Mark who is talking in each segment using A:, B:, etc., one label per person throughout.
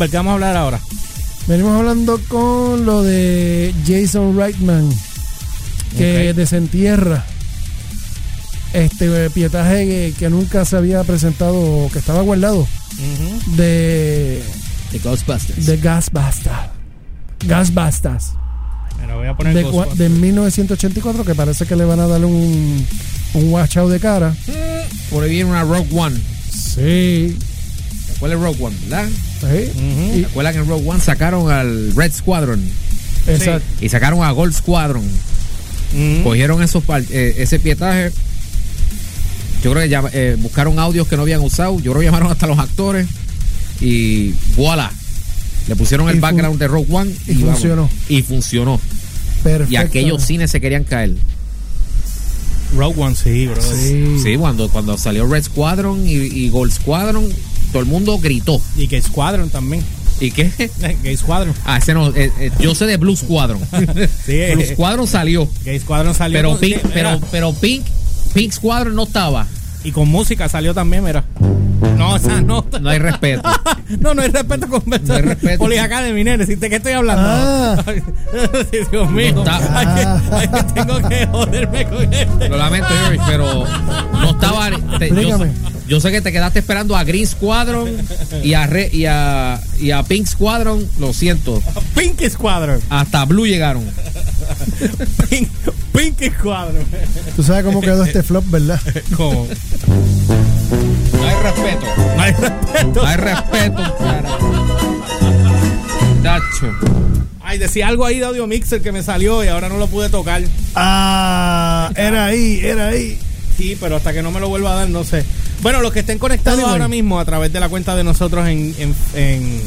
A: ¿Por qué vamos a hablar ahora?
B: Venimos hablando con lo de Jason Reitman, que
A: Ok.
B: desentierra este pietaje que, que nunca se había presentado, o que estaba guardado, de,
C: de Ghostbusters.
B: de Gas Basta. Gas Bastas.
A: Me lo voy a poner
B: De, cua-
A: Ghostbusters.
B: de 1984, que parece que le van a dar un, un watch out de cara.
C: Por ahí viene una Rogue One.
B: Sí.
C: ¿Te acuerdas de Rogue One,
B: Y-
C: verdad? ¿Te acuerdas que en Rogue One sacaron al Red Squadron?
B: exacto.
C: Y sacaron a Gold Squadron.
B: ¿Mm?
A: Ujú.
C: Cogieron esos par- eh, ese pietaje. Yo creo que ya, eh, buscaron audios que no habían usado. Yo creo que llamaron hasta los actores. Y voilà. Le pusieron el
B: Y fun-
C: background de Rogue One.
B: y funcionó.
C: Y funcionó.
B: Perfecto.
C: Y aquellos cines se querían caer.
A: Rogue One, sí, bro.
B: Sí.
C: Sí, cuando, cuando salió Red Squadron y, y Gold Squadron, todo el mundo gritó.
A: Y Gay Squadron también. Eh,
C: ¿Y qué?
A: Gay Squadron.
C: Ah, ese no. eh, eh, yo sé de Blue Squadron.
A: Sí,
C: Blue
A: eh,
C: Squadron salió.
A: Gay Squadron salió.
C: Pero
A: con-
C: Pink,
A: sí, mira,
C: pero, pero Pink, Pink Squadron no estaba.
A: Y con música salió también, mira. No, o sea, no.
C: No hay respeto.
A: No, no hay respeto con
C: No hay respeto.
A: Polis Academy, nene, ¿sí ¿de qué estoy hablando?
B: Ah.
A: Sí, Dios mío.
C: está.
A: Ay, que- ay, que tengo que joderme con este.
C: Lo lamento, Eric, pero no estaba. te- yo,
B: Explícame.
C: yo sé que te quedaste esperando a Green Squadron y a, Re- y a, y a Pink Squadron. Lo siento.
A: Pink Squadron.
C: Hasta Blue llegaron.
A: Pink, Pink Squadron.
B: Tú sabes cómo quedó este flop, ¿verdad?
A: ¿Cómo?
C: No hay respeto.
A: No hay respeto.
C: No hay respeto, cara. Tacho.
A: Ay, decía algo ahí de Audio Mixer que me salió y ahora no lo pude tocar.
B: Ah, era ahí, era ahí.
A: Sí, pero hasta que no me lo vuelva a dar, no sé. Bueno, los que estén conectados
B: Anyway.
A: ahora mismo a través de la cuenta de nosotros en, en, en,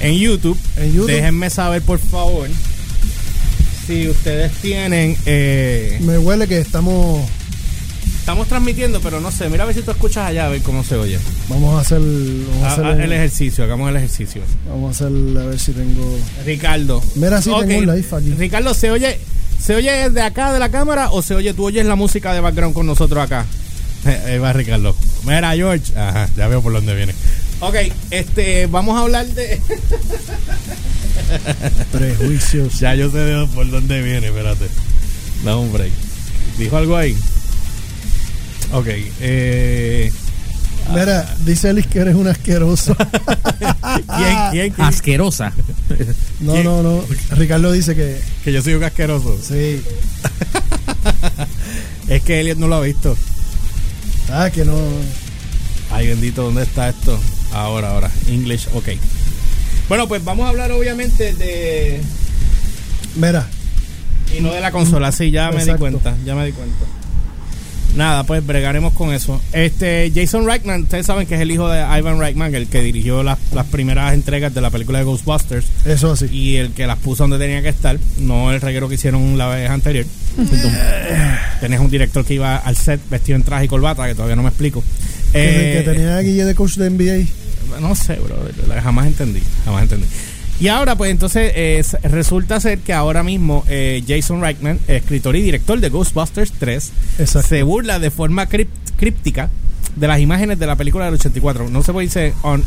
A: en YouTube,
B: En YouTube.
A: déjenme saber, por favor, si ustedes tienen... eh,
B: Me huele que estamos.
A: estamos transmitiendo, pero no sé. Mira a ver si tú escuchas allá, a ver cómo se oye.
B: Vamos a hacer. Vamos a,
A: Ah,
B: hacer,
A: ah,
B: un-
A: el ejercicio, hagamos el ejercicio.
B: vamos a hacer. A ver si tengo.
A: Ricardo.
B: Mira, sí,
A: Ok,
B: tengo un live aquí.
A: Ricardo, ¿se oye, ¿se oye desde acá de la cámara o se oye, tú oyes la música de background con nosotros acá? Eh, Ahí va Ricardo. Mira, George. Ajá, ya veo por dónde viene. Ok, este, vamos a hablar de.
B: Prejuicios.
A: ya yo sé por dónde viene, espérate. Da un break. ¿Dijo algo ahí? Ok, eh.
B: Mira, dice Elis que eres un asqueroso.
A: ¿Quién, quién, quién?
C: Asquerosa.
B: No,
A: ¿Quién?
B: no, no. Ricardo dice que.
A: Que yo soy un asqueroso.
B: Sí.
A: Es que Elliot no lo ha visto.
B: Ah, que no.
A: Ay, bendito, ¿dónde está esto? Ahora, ahora. English, ok. Bueno, pues vamos a hablar obviamente de...
B: Mira,
A: Y no de la consola, sí, ya me di
B: Exacto.
A: cuenta, ya me di cuenta. Nada, pues bregaremos con eso. Este, Jason Reitman, ustedes saben que es el hijo de Ivan Reitman, el que dirigió las, las primeras entregas de la película de Ghostbusters
B: eso así.
A: y el que las puso donde tenía que estar, no el reguero que hicieron la vez anterior. Tenés un director que iba al set vestido en traje y corbata, que todavía no me explico.
B: Que-
A: Eh,
B: que tenía a Guille de coach de NBA.
A: no sé, bro. la- Jamás entendí. Jamás entendí. Y ahora, pues entonces, eh, s- resulta ser que ahora mismo eh, Jason Reitman, escritor y director de Ghostbusters 3,
B: Exacto.
A: se burla de forma cript- críptica de las imágenes de la película del 84. No se puede decir on,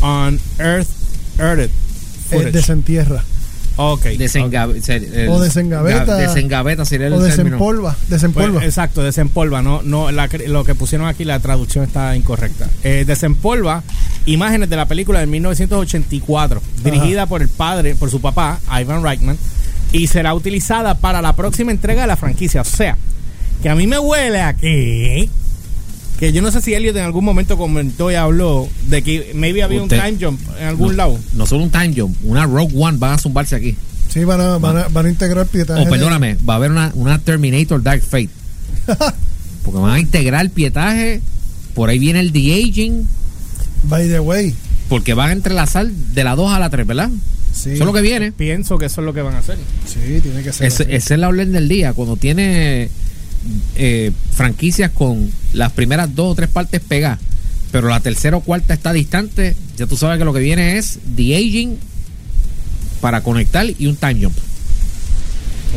A: on Earth, Earth
B: Eh, desentierra.
A: ok.
C: Desengabe- ser- el-
B: O desengaveta.
C: ga- Desengaveta sería el
B: O
C: término.
B: desempolva.
A: Pues,
B: Desempolva.
A: exacto, desempolva. No, no, la cre- lo que pusieron aquí, la traducción está incorrecta. Eh, desempolva imágenes de la película de 1984, dirigida por el padre, por su papá, Ivan Reitman, y será utilizada para la próxima entrega de la franquicia. O sea, que a mí me huele aquí. Que yo no sé si Elliot en algún momento comentó y habló de que maybe había
C: Usted-
A: un time jump en algún
C: no,
A: lado.
C: No solo un time jump, una Rogue One van a zumbarse aquí.
B: Sí, van a, van a, van a integrar
A: Oh,
B: pietaje.
C: O
B: de-
C: perdóname, va a haber una, una Terminator Dark Fate. Porque van a integrar pietaje, por ahí viene el de-aging,
B: By the way.
C: porque van a entrelazar de la 2 a la 3, ¿verdad?
B: Sí.
C: Eso es lo que viene.
A: Pienso que eso es lo que van a hacer.
B: Sí, tiene que ser.
C: Ese-
B: así.
C: esa es la orden del día. Cuando tiene eh, franquicias con las primeras dos o tres partes pegadas, pero la tercera o cuarta está distante, ya tú sabes que lo que viene es de-aging para conectar y un time jump.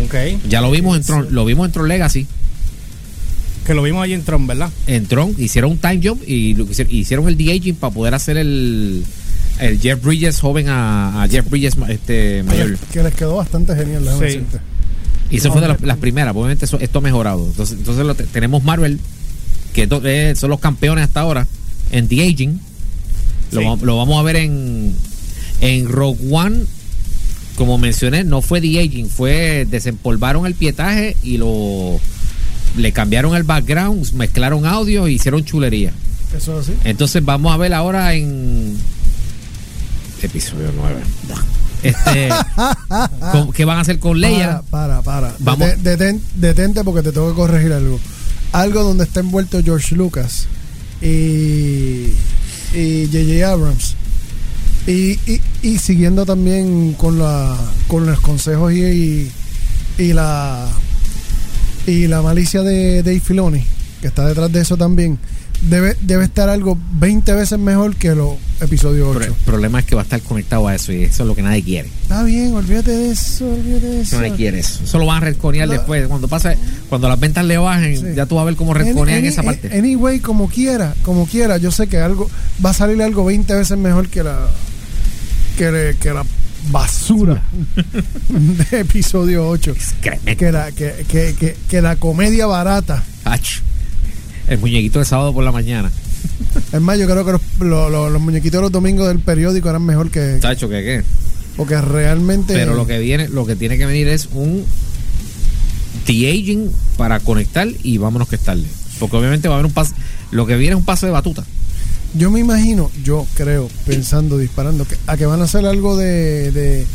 A: Ok.
C: Ya lo vimos en Tron, lo vimos en Tron Legacy.
A: Que lo vimos allí en Tron, ¿verdad?
C: en Tron, hicieron un time jump y lo que hicieron, hicieron el de-aging para poder hacer el, el Jeff Bridges joven a, a Jeff Bridges ma- este,
B: Que
C: mayor.
B: les- que les quedó bastante genial, déjame
A: Sí.
B: decirte.
C: Y eso fue de las, las primeras, pues, obviamente eso- esto ha mejorado. Entonces, entonces lo te- tenemos Marvel, que es do- eh, son los campeones hasta ahora, en The Aging. Lo,
A: Sí.
C: va- lo vamos a ver en, en Rogue One. Como mencioné, no fue The Aging, fue desempolvaron el pietaje y lo le cambiaron el background, mezclaron audio y hicieron chulería.
B: Eso es así.
C: Entonces vamos a ver ahora en episodio 9. Este, con- ¿Qué van a hacer con Leia?
B: Para, para. para.
C: Vamos.
B: Deten- deten- detente porque te tengo que corregir algo. Algo donde está envuelto George Lucas y y J.J. Abrams. Y, y- y siguiendo también con la con los consejos y, y, y la y la malicia de Dave Filoni, que está detrás de eso también. Debe, debe estar algo 20 veces mejor que los episodios 8.
C: Pero el problema es que va a estar conectado a eso y eso es lo que nadie quiere.
B: Está bien, olvídate de eso, olvídate de eso.
C: Nadie quiere eso. Eso lo van a resconear
B: No.
C: después. Cuando pasa, cuando las ventas le bajen,
B: Sí.
C: ya tú vas a ver cómo resconean
B: Any-
C: esa
B: any-
C: parte.
B: Anyway, como quiera, como quiera, yo sé que algo va a salir algo 20 veces mejor que la que, le- que la basura de episodio 8.
C: Excremento.
B: Que la, que, que, que, que la comedia barata.
C: Ach. El muñequito de sábado por la mañana.
B: Es más, yo creo que los, lo- lo- los muñequitos de los domingos del periódico eran mejor que.
C: Tacho, que qué.
B: Porque realmente.
C: Pero lo que viene, lo que tiene que venir es un de aging para conectar y vámonos que es tarde. Porque obviamente va a haber un paso. Lo que viene es un paso de batuta.
B: Yo me imagino, yo creo, pensando, disparando, que, a que van a hacer algo de. de,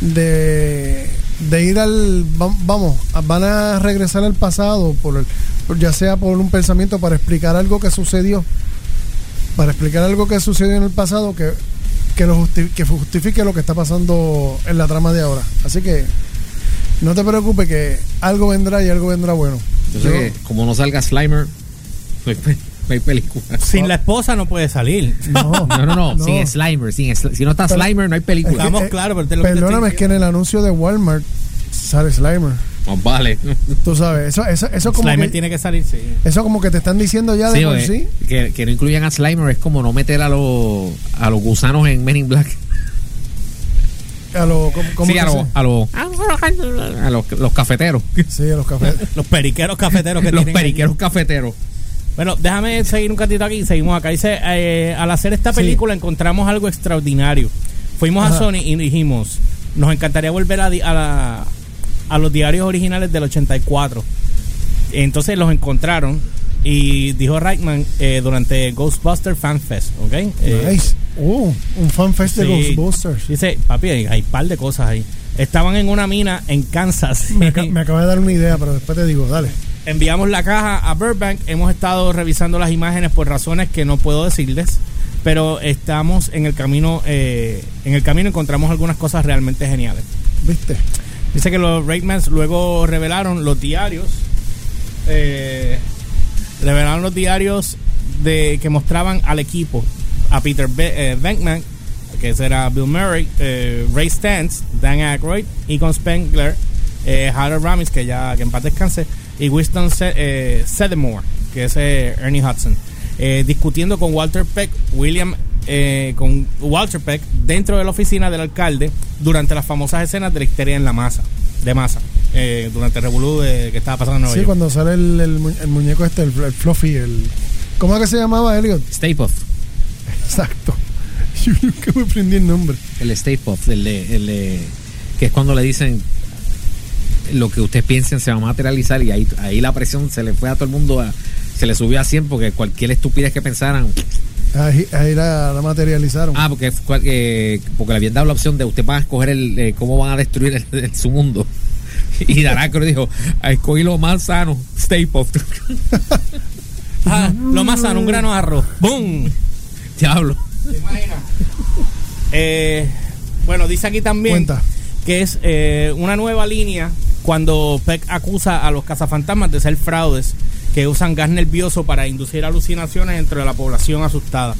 B: de, de ir al. va- Vamos, a- van a regresar al pasado, por el, por- ya sea por un pensamiento para explicar algo que sucedió. Para explicar algo que sucedió en el pasado que, que, lo justi- que justifique lo que está pasando en la trama de ahora. Así que no te preocupes que algo vendrá y algo vendrá bueno.
C: Yo sé que como no salga Slimer, no hay, pe- no hay película.
A: Sin la esposa no puede salir.
B: No,
C: No, no, no,
B: No.
C: sin Slimer, sin Sli- si no está
B: Pero-
C: Slimer no hay película.
A: Estamos
B: eh,
A: claros, pero te lo que te estoy
B: Perdóname, es que en el anuncio de Walmart sale Slimer.
C: Más Pues vale.
B: Tú sabes, eso, eso, eso como
A: Slimer
B: que,
A: tiene que salir, sí.
B: eso como que te están diciendo ya de
C: Sí,
B: por
C: oye,
B: sí.
C: Que, que no incluyan a Slimer es como no meter a los a los gusanos en Men in Black.
B: A los ¿cómo- cómo
C: Sí,
B: que
C: a los
B: se-
C: a los a los, los cafeteros,
B: Sí, a los cafés.
A: Los periqueros cafeteros que
C: los
A: tienen ahí.
C: periqueros cafeteros.
A: Bueno, déjame seguir un ratito aquí. Seguimos acá. Dice, eh, al hacer esta película encontramos algo extraordinario. Fuimos a
B: Ajá.
A: Sony y dijimos, nos encantaría volver a, di- a, la- a los diarios originales del 84. Entonces los encontraron y dijo Reichman eh, durante Ghostbuster Fan Fest, ¿ok? Eh,
B: Nice. Uh, un fanfest de
A: Sí.
B: Ghostbusters.
A: Dice, papi, hay hay un par de cosas ahí. Estaban en una mina en Kansas.
B: Me, aca- me acaba de dar una idea, pero después te digo, dale.
A: Enviamos la caja a Burbank. Hemos estado revisando las imágenes por razones que no puedo decirles, pero estamos en el camino. eh, en el camino encontramos algunas cosas realmente geniales.
B: ¿Viste?
A: Dice que los Raidmans luego revelaron los diarios. eh, revelaron los diarios de que mostraban al equipo a Peter Be- eh, Venkman, que ese era Bill Murray, eh, Ray Stantz, Dan Aykroyd, Egon Spengler, eh, Harold Ramis, que ya que en paz descanse, y Winston Se- eh, Sedemore, que es eh, Ernie Hudson, eh, discutiendo con Walter Peck, William eh, con Walter Peck dentro de la oficina del alcalde durante las famosas escenas de la histeria en la masa, de masa, eh, durante el revolú de- que estaba pasando en Nueva
B: Sí,
A: York.
B: cuando sale el, el mu- el muñeco este, el, el Fluffy, el. ¿Cómo es que se llamaba Elliot?
C: Stay Puft,
B: Exacto. Yo nunca me aprendí el nombre.
C: el Stay Puft, el, de- el de- que es cuando le dicen lo que ustedes piensen se va a materializar y ahí ahí la presión se le fue a todo el mundo a- se le subió a 100 porque cualquier estupidez que pensaran
B: Ahí, ahí la, la materializaron.
C: Ah, porque, fue- eh, porque le habían dado la opción de usted va a escoger el, eh, cómo van a destruir el- el- su mundo. Y Daracro dijo, "Ah, escogí lo más sano, Stay Puft.
A: Ah, lo más sano, un grano de arroz. ¡Bum!
C: Diablo.
A: Eh, bueno, dice aquí también
B: Cuenta.
A: que es eh, una nueva línea cuando Peck acusa a los cazafantasmas de ser fraudes que usan gas nervioso para inducir alucinaciones entre la población asustada.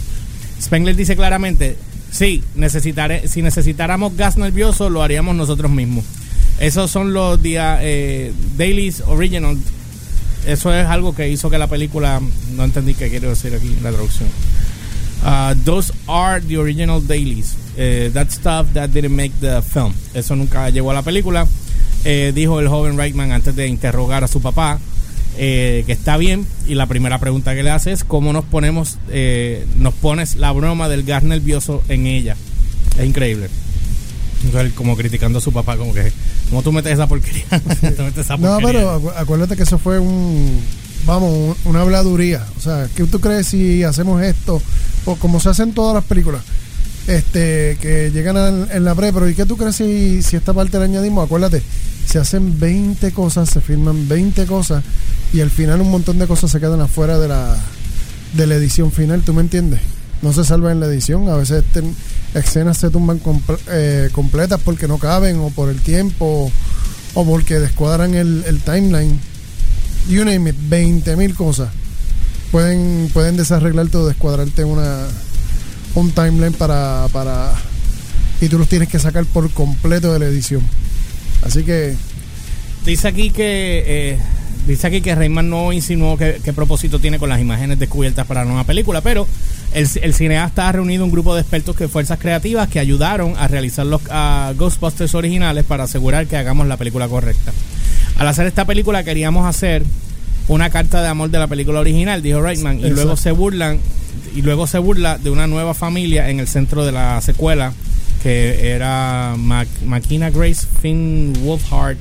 A: Spengler dice claramente, sí, necesitaré, si necesitáramos gas nervioso lo haríamos nosotros mismos. Esos son los dia- eh, Dailies Original. Eso es algo que hizo que la película, no entendí qué quiero decir aquí en la traducción. Uh, those are the original dailies. Eh, that stuff that didn't make the film. Eso nunca llegó a la película. Eh, dijo el joven Reitman antes de interrogar a su papá eh, que está bien. Y la primera pregunta que le hace es: ¿Cómo nos ponemos, eh, nos pones la broma del gas nervioso en ella? Es increíble. Entonces, él como criticando a su papá, como que, ¿cómo tú metes esa porquería? Tú metes esa
B: No,
A: porquería.
B: pero acu- acuérdate que eso fue un. Vamos, un- una habladuría. O sea, ¿qué tú crees si hacemos esto? O como se hacen todas las películas. Este, que llegan al- en la pre, pero ¿y qué tú crees si, si esta parte la añadimos? Acuérdate, se hacen 20 cosas, se firman 20 cosas y al final un montón de cosas se quedan afuera de la, de la edición final, ¿tú me entiendes? No se salva en la edición, a veces ten- escenas se tumban comple- eh, completas porque no caben o por el tiempo o porque descuadran el, el timeline. You name it, 20 mil cosas. Pueden, pueden desarreglarte o descuadrarte una, un timeline para, para... Y tú los tienes que sacar por completo de la edición. Así que
A: Dice aquí que eh, dice aquí que Rayman no insinuó qué, qué propósito tiene con las imágenes descubiertas para la nueva película, pero el, el cineasta ha reunido un grupo de expertos que fuerzas creativas que ayudaron a realizar los ah, Ghostbusters originales para asegurar que hagamos la película correcta. Al hacer esta película queríamos hacer una carta de amor de la película original, dijo Reitman, y luego
B: Exacto.
A: se burlan y luego se burla de una nueva familia en el centro de la secuela que era Mac- Makina Grace Finn Wolfhard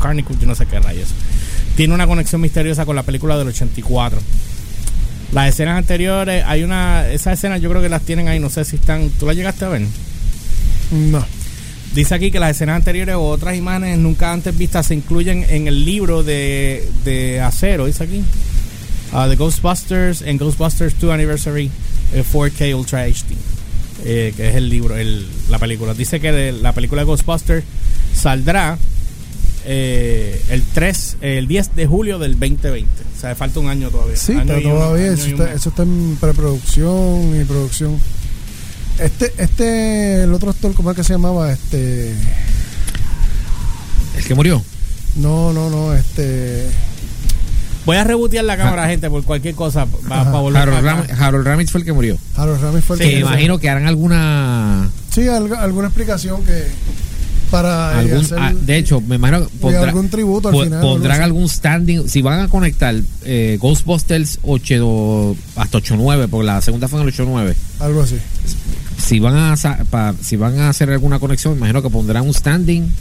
A: Carnicle, yo no sé qué rayos. Tiene una conexión misteriosa con la película del 84. Las escenas anteriores, hay una esas escenas yo creo que las tienen ahí, no sé si están, tú las llegaste a ver.
B: no.
A: Dice aquí que las escenas anteriores o otras imágenes nunca antes vistas se incluyen en el libro de, de acero, dice aquí. Ah, de Ghostbusters en Ghostbusters 2 Anniversary eh, 4K Ultra HD, eh, que es el libro, el- la película. Dice que de la película Ghostbusters saldrá eh, el 3, el 10 de julio del 2020. O sea, falta un año todavía.
B: Sí,
A: Año
B: está
A: y un-
B: todavía.
A: año
B: eso,
A: y un
B: está,
A: mes.
B: eso está en preproducción y producción. Este, este, el otro actor, ¿cómo es que se llamaba? Este.
C: El que murió.
B: No, no, no, este.
A: Voy a rebotear la cámara, gente, por cualquier cosa. Para
B: Ah. Ajá.
A: volver
C: Harold,
A: para acá.
C: Ram- Harold Ramis fue el que murió.
B: Harold Ramis fue el
A: Sí,
C: Que
B: que-
C: imagino que harán alguna.
B: Sí, algo- alguna explicación que. Para. eh,
C: algún-
B: hacer-
C: ah, de hecho, me imagino que
B: y
C: pondrá-
B: algún tributo al
C: po-
B: final.
C: pondrán
B: algo así.
C: algún standing. Si van a conectar eh, Ghostbusters 8, hasta 89, porque la segunda fue en el 89.
B: Algo así.
C: si van a sa- pa- si van a hacer alguna conexión, imagino que pondrán un standing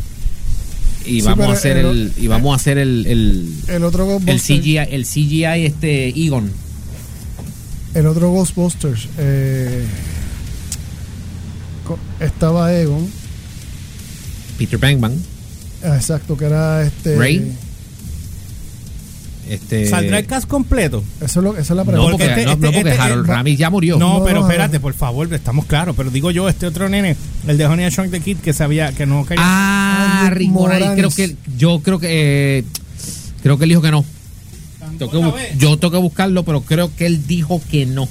C: y
B: Sí,
C: vamos a
B: pero
C: hacer
B: el
C: el, y vamos a hacer el el,
B: El otro
C: el
B: Ghostbusters.
C: CGI el CGI este Egon.
B: El otro Ghostbusters. eh, co- estaba Egon.
C: Peter Bangman,
B: ah, Exacto, que era este.
C: Ray. este
A: ¿Saldrá el cast completo?
B: Eso es lo- esa es la
C: no,
B: pregunta.
A: Porque
C: porque, no,
A: este-
C: no,
A: este-
C: porque
A: este-
C: Harold
A: no-
C: Ramis ya murió.
A: No,
B: No,
A: pero
B: no, eh.
A: espérate, por favor, estamos claros. Pero digo yo, este otro nene, el de Honey and Shrunk the Kid, que sabía que no quería.
C: Ah,
B: Ay,
C: Rick Moranis, creo
B: Moranis.
C: que yo creo que eh, creo que él dijo que no. Tengo que bu- yo tengo que buscarlo, pero creo que él dijo que no.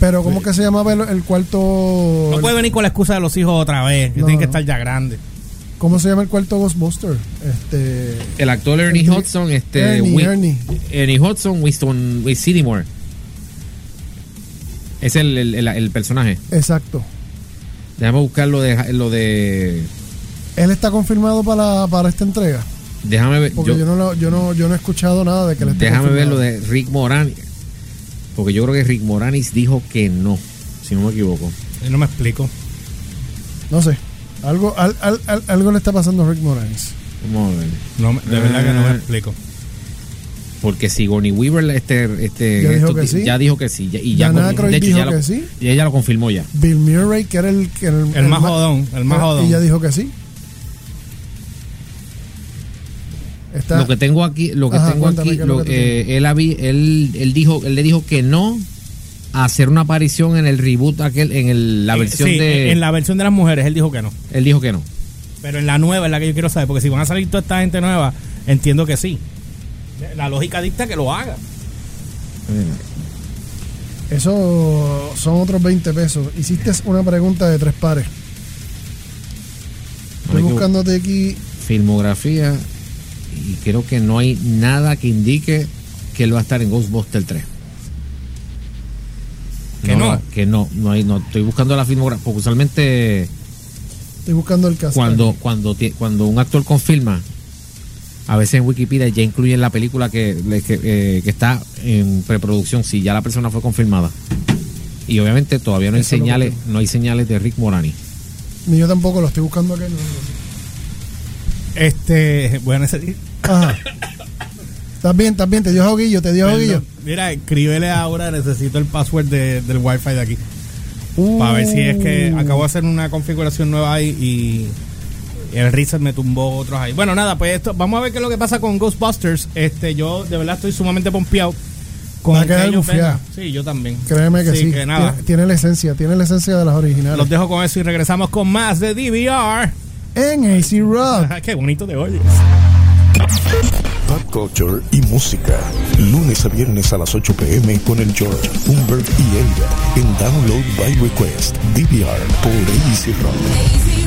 B: Pero ¿cómo que se llamaba el, el cuarto?
A: no
C: pues,
A: puede venir con la excusa de los hijos otra vez, que
B: No,
A: tienen que
B: no.
A: estar ya grandes.
B: ¿Cómo se llama el cuarto Ghostbuster? Este
C: El actor Ernie
B: Ernie-
C: Hudson, este
B: Ernie,
C: Wi-
B: Ernie.
C: Ernie Hudson, Winston Wis- Seymour. Es el, el, el- el personaje.
B: exacto.
C: Déjame buscar lo de lo de.
B: Él está confirmado para, para esta entrega,
C: Déjame ver.
B: porque
C: yo-
B: yo, no lo- yo no yo no he escuchado nada de que le esté
C: déjame ver lo
B: confirmado.
C: de Rick Moranis. Porque yo creo que Rick Moranis dijo que no, si no me equivoco.
A: Yo no me explico.
B: No sé. Algo al- al- al- algo le está pasando a Rick Moranis.
C: Vamos a ver.
A: No, me- de verdad que no me
C: Ah.
A: explico.
C: Porque si Goni Weaver este, este,
B: Ya dijo
C: esto-
B: que sí.
C: ya dijo que sí. ya- y ya
B: Dan
C: con-
B: Aykroyd
C: de hecho,
B: dijo
C: ya lo-
B: que sí.
C: y ella lo confirmó ya.
B: Bill Murray que era el que
A: El más jodón, el más jodón.
B: Y ya dijo que sí. Está
C: lo que tengo aquí lo que
B: Ajá,
C: tengo
B: cuéntame,
C: aquí
B: ¿qué es
C: lo-
B: lo que tú
C: eh, él, habi- él él dijo él le dijo que no a hacer una aparición en el reboot aquel en el- la
A: Eh,
C: versión
A: sí,
C: de
A: En la versión de las mujeres, él dijo que no.
C: él dijo que no
A: Pero en la nueva es la que yo quiero saber, porque si van a salir toda esta gente nueva, entiendo que sí. La lógica dicta que lo haga.
B: Eso son otros 20 pesos. Hiciste una pregunta de tres pares. Estoy
C: Ay, qué-
B: buscándote aquí.
C: filmografía y creo que no hay nada que indique que él va a estar en Ghostbusters 3
A: Que no.
C: Que no, no, hay, no estoy buscando la filmografía, porque usualmente
B: Estoy buscando el caso.
C: cuando, cuando, ti- cuando un actor confirma, a veces en Wikipedia ya incluyen la película que, le- que, eh, que está en preproducción, si ya la persona fue confirmada. Y obviamente todavía no hay
B: Eso es lo
C: señales, no hay señales de Rick Morani.
B: Ni yo tampoco lo estoy buscando aquí. no, no.
A: Este, voy a necesitar.
B: Ajá. ¿Estás bien? ¿Estás bien? Ah. ¿Te dio joguillo? ¿Te dio joguillo?
A: Perdón. Mira, escríbele ahora, necesito el password de- del wifi de aquí. Para ver si es que
B: Uh, Mm.
A: acabo de hacer una configuración nueva ahí y el reset me tumbó otros ahí. Bueno, nada, pues esto, vamos a ver qué es lo que pasa con Ghostbusters. Este, yo de verdad estoy sumamente pompeado
B: Va a
A: con
B: quedar
A: que ellos
B: bufiada.
A: vengan. Sí, yo también.
B: Créeme que sí.
A: que nada.
B: Tiene, tiene la esencia, tiene la esencia de las originales.
A: Los dejo con eso y regresamos con más de DVR.
B: En AC Rock.
A: Ajá, qué bonito de hoy.
D: Pop culture y música. Lunes a viernes a las 8 pm con el George, Humberg y Elga. En Download by Request. DVR por Easy Rock.
E: Lazy